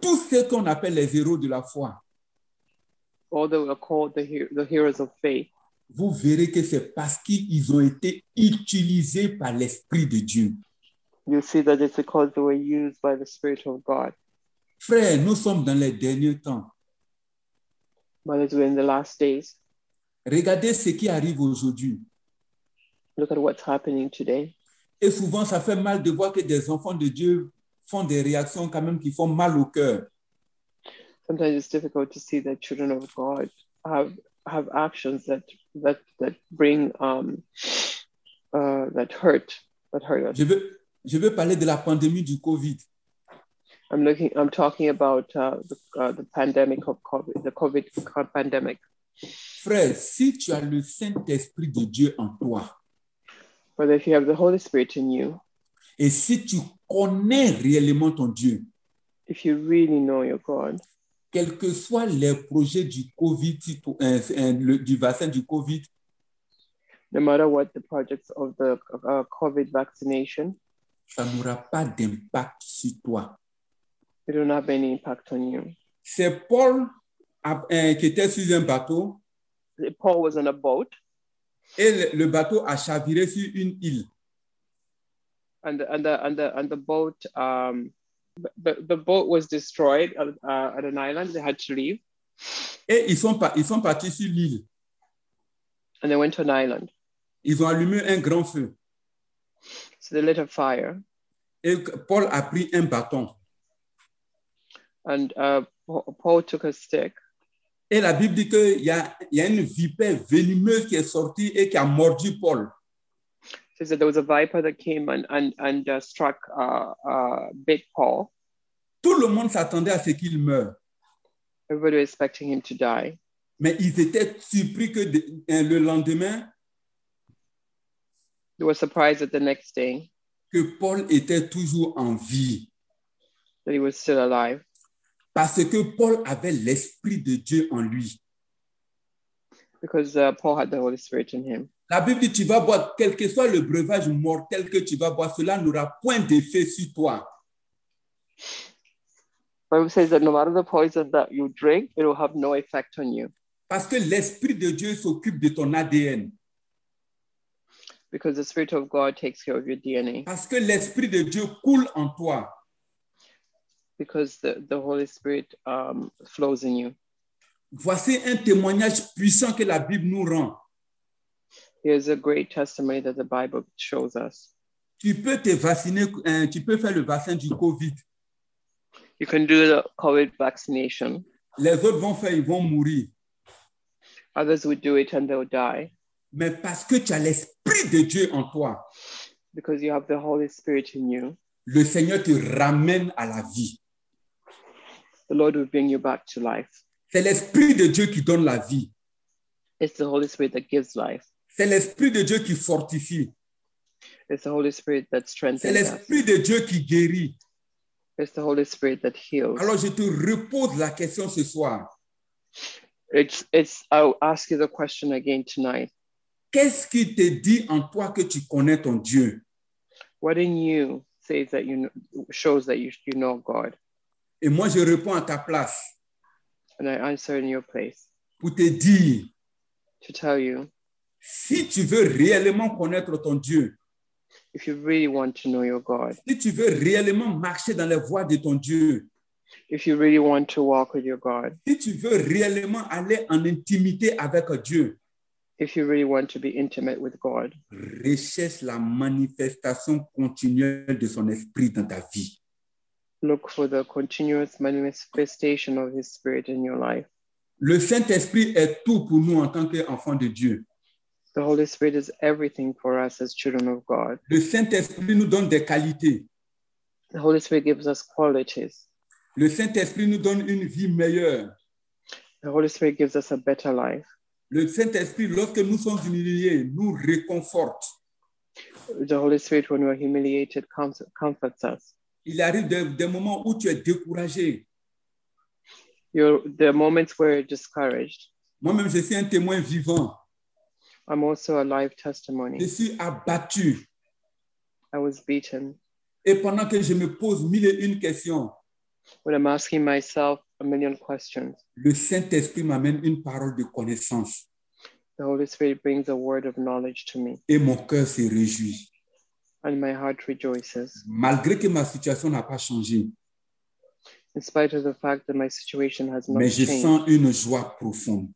tout ce qu'on appelle les héros de la foi, all that are called the, he- the heroes of faith, vous verrez que c'est parce qu'ils ont été utilisés par l'Esprit de Dieu. you'll see that it's because they were used by the Spirit of God. Frères, nous sommes dans les derniers temps. Brothers, we're in the last days. Regardez ce qui arrive aujourd'hui. Look at what's happening today. Et souvent, ça fait mal de voir que des enfants de Dieu font des réactions quand même qui font mal au cœur. Sometimes it's difficult to see that children of God have have actions that that that bring um uh that hurt that hurt us. Je veux, je veux parler de la pandémie du Covid. I'm looking. I'm talking about uh, the uh, the pandemic of COVID, the COVID co- pandemic. Frère, si tu as le Saint-Esprit de Dieu en toi But if you have the Holy Spirit in you, et si tu connais réellement ton Dieu, if you really know your God, quels que soient les projets du Covid, euh, euh, le- du vaccin du Covid, no matter what the projects of the uh, COVID vaccination, ça n'aura pas d'impact sur toi. they don't have any impact on you. C'est Paul a- euh, qui était sur un bateau Paul was on a boat, et le- le bateau a chaviré sur une île. and the and the and the, and the boat um the, the boat was destroyed at, uh, at an island. They had to leave, Et ils sont, par- ils sont partis sur l'île. and they went to an island. Ils ont allumé un grand feu. So they lit a fire, Et Paul a pris un bâton. and uh, Paul Paul took a stick. Et la Bible dit qu'il y a, il y a une vipère venimeuse qui est sortie et qui a mordu Paul. says that there was a viper that came and and, and uh, struck uh, uh, bit Paul. Tout le monde s'attendait à ce qu'il meure. Everybody was expecting him to die, Mais ils étaient surpris que de- euh, le lendemain, they were surprised that the next day que Paul était toujours en vie. that he was still alive Parce que Paul avait l'Esprit de Dieu en lui. because uh, Paul had the Holy Spirit in him. La Bible dit, tu vas boire, quel que soit le breuvage mortel que tu vas boire, cela n'aura point d'effet sur toi. Bible says that no matter the poison that you drink, it will have no effect on you Parce que l'Esprit de Dieu s'occupe de ton ADN. because the Spirit of God takes care of your DNA Parce que l'Esprit de Dieu coule en toi. because the, the Holy Spirit um, flows in you. Voici un témoignage puissant que la Bible nous rend. Here's a great testimony that the Bible shows us. Tu peux te vacciner, hein, tu peux faire le vaccin du Covid. You can do the COVID vaccination. Les autres vont faire, ils vont mourir. Others would do it and they'll die. Mais parce que tu as l'Esprit de Dieu en toi, because you have the Holy Spirit in you, le Seigneur te ramène à la vie. the Lord will bring you back to life. C'est l'Esprit de Dieu qui donne la vie. It's the Holy Spirit that gives life. C'est l'Esprit de Dieu qui fortifie. It's the Holy Spirit that C'est strengthens us. l'Esprit de Dieu qui guérit. It's the Holy Spirit that heals. Alors je te repose la question ce soir. It's it's I'll ask you the question again tonight. Qu'est-ce qui te dit en toi que tu connais ton Dieu? What in you says that you know, shows that you you know God? Et moi, je réponds à ta place And I answer in your place pour te dire, to tell you si tu veux réellement connaître ton Dieu, if you really want to know your God, si tu veux réellement marcher dans les voies de ton Dieu, if you really want to walk with your God, si tu veux réellement aller en intimité avec Dieu, if you really want to be intimate with God, recherche la manifestation continuelle de son esprit dans ta vie. look for the continuous manifestation of His Spirit in your life. Le Saint-Esprit est tout pour nous en tant qu'enfants de Dieu. The Holy Spirit is everything for us as children of God. Le Saint-Esprit nous donne des qualités. The Holy Spirit gives us qualities. Le Saint-Esprit nous donne une vie meilleure. The Holy Spirit gives us a better life. Le Saint-Esprit, lorsque nous sommes humiliés, nous réconforte. The Holy Spirit, when we're humiliated, comes, comforts us. Il arrive des, des moments où tu es découragé. You're, there are moments where you're discouraged. Moi-même, je suis un témoin vivant. I'm also a live Je testimony. suis abattu. I was beaten. Et pendant que je me pose mille et une questions, When I'm asking myself a million questions, le Saint-Esprit m'amène une parole de connaissance the Holy Spirit brings a word of knowledge to me, et mon cœur se réjouit. and my heart rejoices, Malgré que ma situation n'a pas changé, in spite of the fact that my situation has not mais je changed. sens une joie profonde.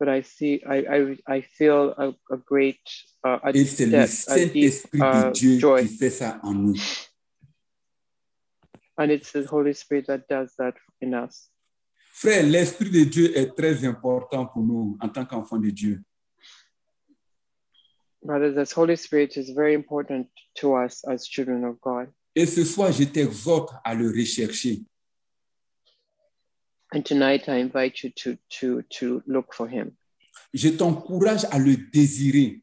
but I see, I, I, I feel a, a great, uh, a Et c'est le depth, a deep, Saint-Esprit de uh, Dieu joy. qui fait ça en nous. And it's the Holy Spirit that does that in us. Frère, l'Esprit de Dieu est très important pour nous en tant qu'enfants de Dieu. Brothers, this Holy Spirit is very important to us as children of God. Et ce soir, je t'exhorte à le rechercher. And tonight I invite you to, to, to look for him. Je t'encourage à le désirer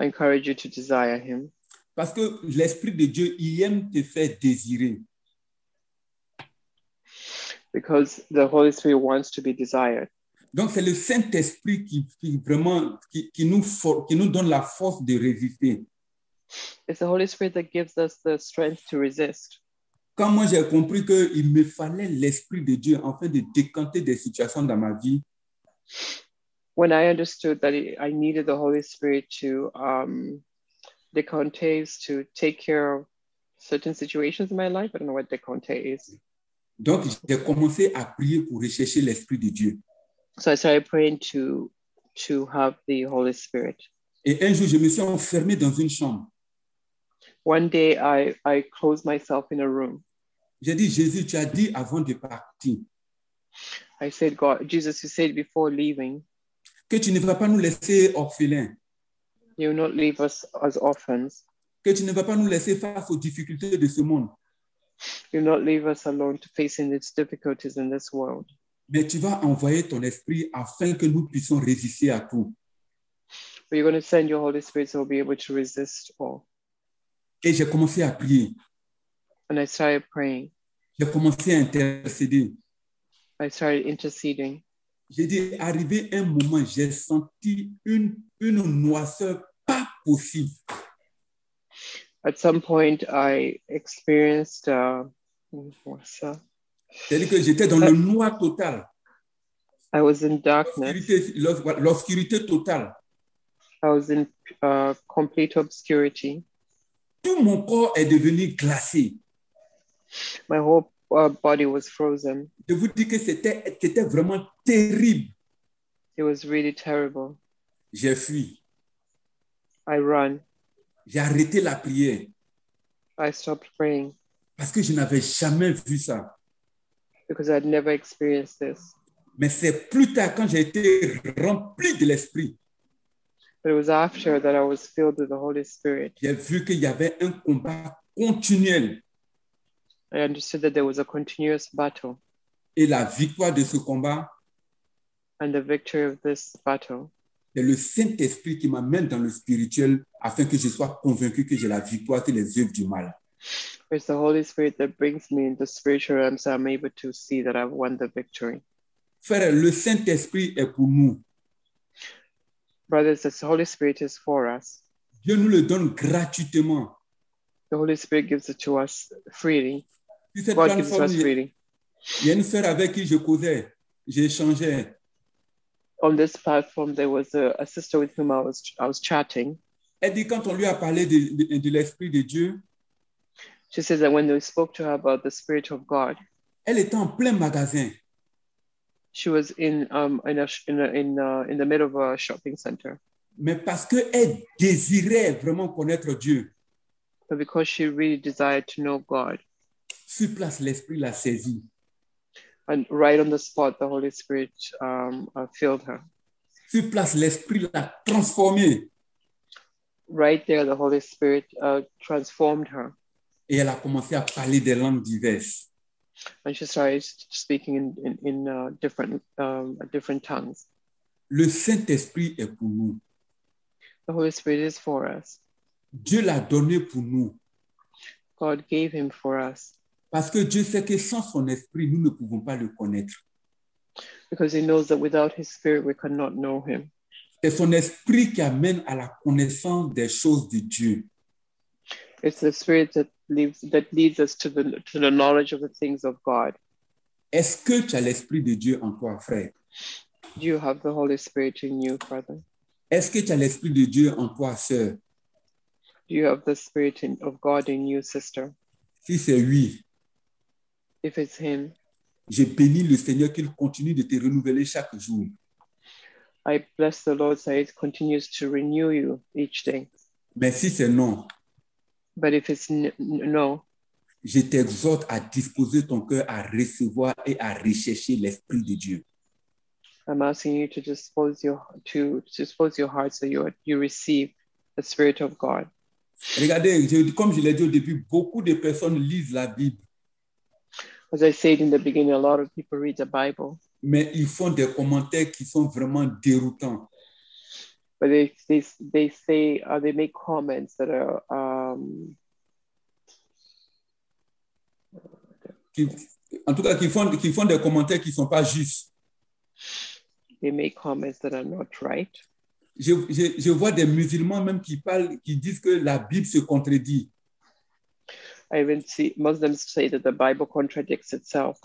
I encourage you to desire him parce que l'Esprit de Dieu, il aime te faire désirer. because the Holy Spirit wants to be desired. Donc, c'est le Saint-Esprit qui, qui vraiment qui, qui nous, for- qui nous donne la force de résister. It's the Holy Spirit that gives us the strength to resist. Quand moi j'ai compris qu'il me fallait l'Esprit de Dieu afin de décanter des situations dans ma vie, When I understood that it- I needed the Holy Spirit to um, decontes, to take care of certain situations in my life, I don't know what deconte is. donc j'ai commencé à prier pour rechercher l'Esprit de Dieu. So I started praying to to have the Holy Spirit. Et un jour, je me suis enfermé dans une chambre. One day I, I closed myself in a room. J'ai dit, Jésus, tu as dit avant de partir I said, God, Jesus, you said before leaving, que tu ne vas pas nous laisser orphelins, you will not leave us as orphans. que tu ne vas pas nous laisser face aux difficultés de ce monde, You will not leave us alone to facing these difficulties in this world. mais tu vas envoyer ton esprit afin que nous puissions résister à tout. But you're going to send your Holy Spirit so we'll be able to resist all. Et j'ai commencé à prier, And I started praying. j'ai commencé à intercéder. I started interceding. J'ai dit, arrivé un moment, j'ai senti une, une noirceur pas possible. At some point, I experienced, uh, what's that? C'est-à-dire que j'étais dans le noir total, I was in darkness. l'obscurité- l'os- l'obscurité totale. I was in uh, complete obscurity. Tout mon corps est devenu glacé. my whole uh, body was frozen. Je vous dis que c'était c'était vraiment terrible. It was really terrible. J'ai fui. I ran. J'ai arrêté la prière I stopped praying parce que je n'avais jamais vu ça. because I'd never experienced this. Mais c'est plus tard quand j'ai été rempli de l'esprit, But it was after that I was filled with the Holy Spirit. j'ai vu qu'il y avait un combat continuel I understood that there was a continuous battle, et la victoire de ce combat, and the victory of this battle c'est le Saint-Esprit qui m'amène dans le spirituel afin que je sois convaincu que j'ai la victoire sur les œuvres du mal. is the Holy Spirit that brings me in the spiritual realm so I'm able to see that I've won the victory. Frère, le Saint-Esprit est pour nous. Brothers, the Holy Spirit is for us. Dieu nous le donne gratuitement. The Holy Spirit gives it to us freely. Sur cette God gives it to plateforme, us il y a- freely. Il y a une sœur avec qui je causais, j'échangeais. On this platform, there was a, a sister with whom I was I was chatting, Elle dit quand on lui a parlé de, de- de l'Esprit de Dieu, She says that when they spoke to her about the Spirit of God, elle était en plein magasin. she was in um in a sh- in a, in, a, in the middle of a shopping center, Mais parce qu'elle désirait vraiment connaître Dieu, but because she really desired to know God, sur place, l'Esprit l'a saisie. and right on the spot, the Holy Spirit um, uh, filled her. Sur place, l'Esprit l'a transformée Right there, the Holy Spirit uh, transformed her, et elle a commencé à parler des langues diverses. and she started speaking in in, in uh, different um, different tongues. Le Saint-Esprit est pour nous. The Holy Spirit is for us. Dieu l'a donné pour nous. God gave him for us Parce que Dieu sait que sans son esprit, nous ne pouvons pas le connaître. because he knows that without his spirit we cannot know him. C'est son esprit qui amène à la connaissance des choses de Dieu. It's the spirit that leads that leads us to the to the knowledge of the things of God. Est-ce que tu as l'esprit de Dieu en toi, frère? Do you have the Holy Spirit in you, brother? Est-ce que tu as l'esprit de Dieu en toi, sœur? Do you have the Spirit in, of God in you, sister? Si c'est oui, If it's Him, j'ai béni le Seigneur qu'il continue de te renouveler chaque jour. I bless the Lord that it continues to renew you each day. Mais si c'est non, But if it's n- n- no, je t'exhorte à disposer ton cœur à recevoir et à rechercher l'esprit de Dieu. I'm asking you to dispose your to dispose your heart so you you receive the Spirit of God. Regardez, je- comme je l'ai dit au début, beaucoup de personnes lisent la Bible, As I said in the beginning, a lot of people read the Bible, mais ils font des commentaires qui sont vraiment déroutants. but they they, they say uh, they make comments that are um, qui- en tout cas, qui font, qui font des commentaires qui ne sont pas justes. they make comments that are not right. Je, je- je vois des musulmans même qui parlent, qui disent que la Bible se contredit. I even see Muslims say that the Bible contradicts itself.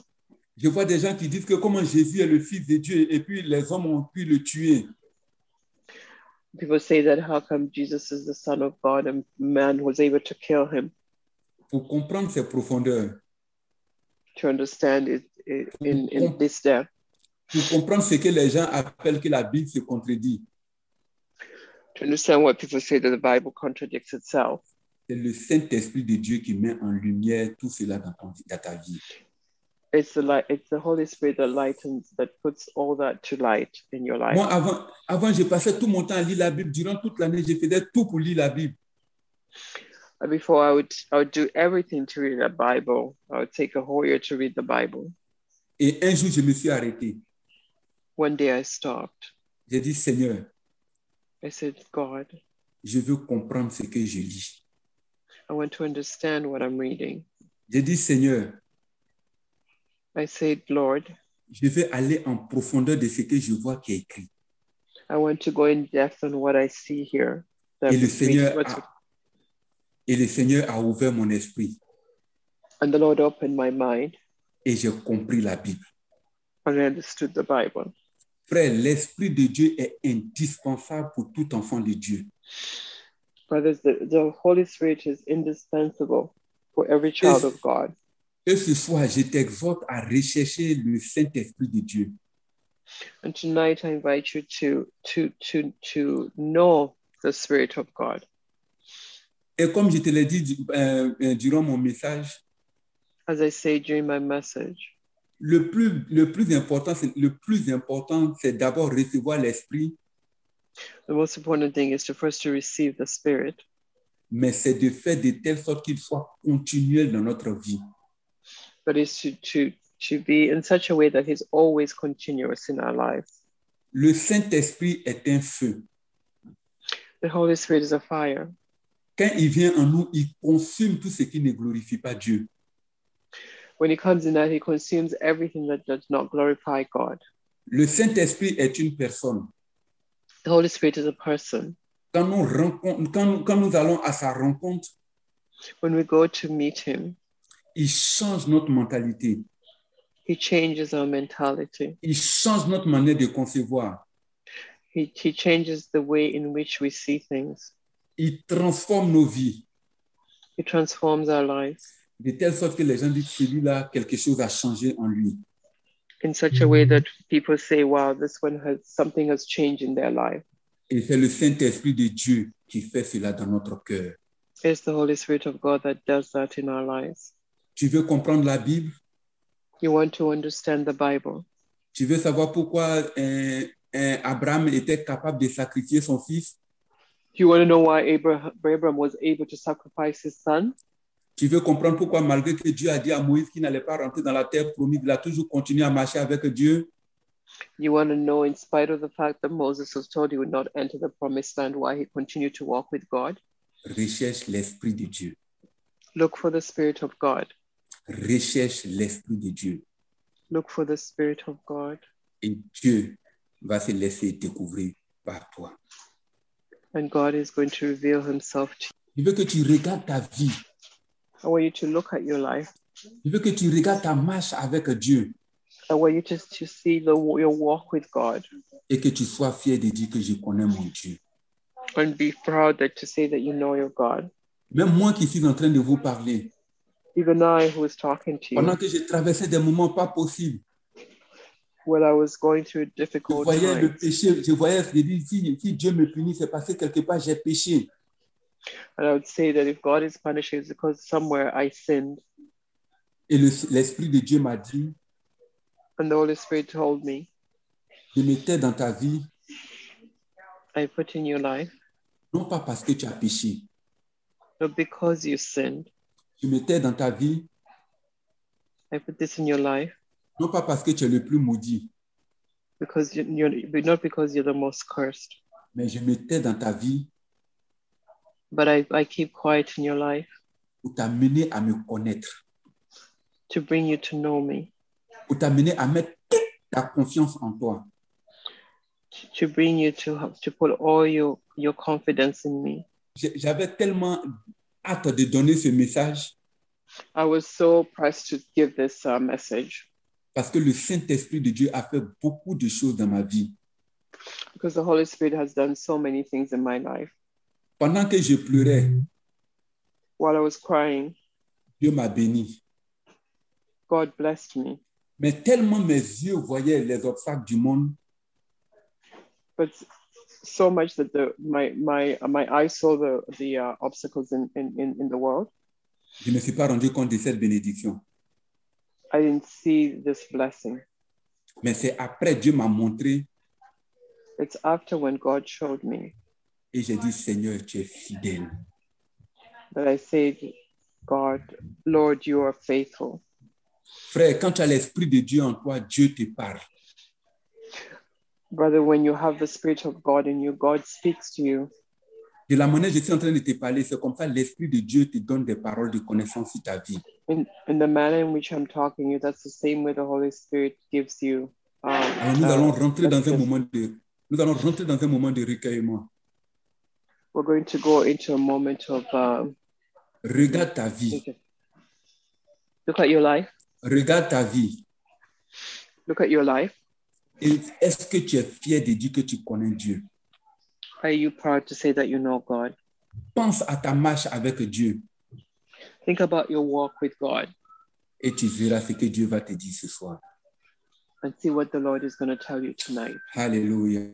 Je vois des gens qui disent que comment Jésus est le Fils de Dieu et puis les hommes ont pu le tuer. People say that how come Jesus is the Son of God and man was able to kill him? Pour comprendre ses profondeurs, To understand it i- in, in this depth, pour comprendre ce que les gens appellent que la Bible se contredit, to understand what people say that the Bible contradicts itself, c'est le Saint-Esprit de Dieu qui met en lumière tout cela dans, ton- dans ta vie. it's the light, it's the Holy Spirit that lightens, that puts all that to light in your life. Moi, avant, avant, je passais tout mon temps à lire la Bible. Durant toute l'année, je faisais tout pour lire la Bible. And Before I would, I would do everything to read the Bible. I would take a whole year to read the Bible. Et un jour, je me suis arrêté. One day I stopped. J'ai dit, Seigneur, I said, God, je veux comprendre ce que je lis. I want to understand what I'm reading. J'ai dit, Seigneur, I said, Lord, je vais aller en profondeur de ce que je vois qui est écrit. I want to go in depth on what I see here. That Et le was me- Seigneur what's- a, et le Seigneur a ouvert mon esprit and the Lord opened my mind et j'ai compris la Bible. and I understood the Bible. Frère, l'Esprit de Dieu est indispensable pour tout enfant de Dieu. Brothers, the, the Holy Spirit is indispensable for every child Yes. of God. Et ce soir, je t'exhorte à rechercher le Saint-Esprit de Dieu. And tonight I invite you to to to to know the Spirit of God. Et comme je te l'ai dit du- euh, euh, durant mon message, As I say during my message, le plus, le plus important, c'est- le plus important, c'est d'abord recevoir l'Esprit, the most important thing is to first to receive the Spirit, mais c'est de faire de telle sorte qu'il soit continuel dans notre vie. but is to to to be in such a way that He's always continuous in our lives. Le Saint-Esprit est un feu. The Holy Spirit is a fire. Quand il vient en nous, il consume tout ce qui ne glorifie pas Dieu. when he comes in that he consumes everything that does not glorify god Le Saint-Esprit est une personne. the holy spirit is a person Quand nous, rencontre- quand nous- quand nous allons à sa rencontre, when we go to meet him il change notre mentalité, he changes our mentality il change notre manière de concevoir, he, he changes the way in which we see things il transforme nos vies he transforms our lives de telle sorte que les gens disent celui-là, quelque chose a changé en lui. in such a way that people say wow this one has something has changed in their life Et c'est le Saint-Esprit de Dieu qui fait cela dans notre cœur. it's the holy spirit of god that does that in our lives Tu veux comprendre la Bible you want to understand the bible Tu veux savoir pourquoi euh, euh, Abraham était capable de sacrifier son fils? Do you want to know why Abraham, Abraham was able to sacrifice his son? Tu veux comprendre pourquoi, malgré que Dieu a dit à Moïse qu'il n'allait pas rentrer dans la terre promise, il a toujours continué à marcher avec Dieu? You want to know, in spite of the fact that Moses was told he would not enter the promised land, why he continued to walk with God? Recherche l'Esprit de Dieu. Look for the Spirit of God. Recherche l'Esprit de Dieu. Look for the Spirit of God, Et Dieu va se laisser découvrir par toi. and God is going to reveal himself to Il you. veut que tu regardes ta vie. I want you to look at your life. Il veut que tu regardes ta marche avec Dieu I want you just to see the, your walk with God et que tu sois fier de dire que je connais mon Dieu. and be proud that to say that you know your God. Même moi qui suis en train de vous parler, Even I, who is talking to you, pendant que j'ai traversé des moments pas possibles, when I was going through a je difficult voyais le time, péché, je voyais, je dis, si, si Dieu me punit, c'est parce que quelque part j'ai péché. and I would say that if God is punishing, it's because somewhere I sinned. Et le- l'Esprit de Dieu m'a dit, And the Holy Spirit told me, je me tais dans ta vie, I put in your life, non pas parce que tu as péché, but because you sinned. je me tais dans ta vie, I put this in your life non pas parce que tu es le plus maudit, because you- you're but not because you're the most cursed, mais je me tais dans ta vie but I, I keep quiet in your life pour t'amener à me connaître, to bring you to know me, pour t'amener à mettre toute ta confiance en toi. to, to bring you to have, to put all your, your confidence in me. J'ai- J'avais tellement hâte de donner ce message I was so pressed to give this uh, message parce que le Saint-Esprit de Dieu a fait beaucoup de choses dans ma vie. because the Holy Spirit has done so many things in my life. Pendant que je pleurais, While I was crying, Dieu m'a béni. God blessed me. Mais tellement mes yeux voyaient les obstacles du monde but so much that the my my uh, my eyes saw the the uh, obstacles in, in in in the world. Je ne me suis pas rendu compte de cette bénédiction. I didn't see this blessing. Mais c'est après Dieu m'a montré It's after when God showed me et j'ai dit Seigneur, tu es fidèle. that I said, God, Lord, you are faithful. Frère, quand tu as l'esprit de Dieu en toi, Dieu te parle. Brother, when you have the Spirit of God in you, God speaks to you. De la manière dont je suis en train de te parler, c'est comme ça l'esprit de Dieu te donne des paroles de connaissance sur ta vie. In, in the manner in which I'm talking to you, that's the same way the Holy Spirit gives you. Um, Alors Ah, nous uh, allons rentrer dans un messages. moment de nous allons rentrer dans un moment de recueillement. we're going to go into a moment of uh, Regarde ta vie, look at your life. regarde ta vie. Look at your life. Et Est-ce que tu es fier de dire que tu connais Dieu Are you proud to say that you know God? Pense à ta marche avec Dieu Think about your walk with God et tu verras ce que Dieu va te dire ce soir. and see what the Lord is going to tell you tonight. Alléluia.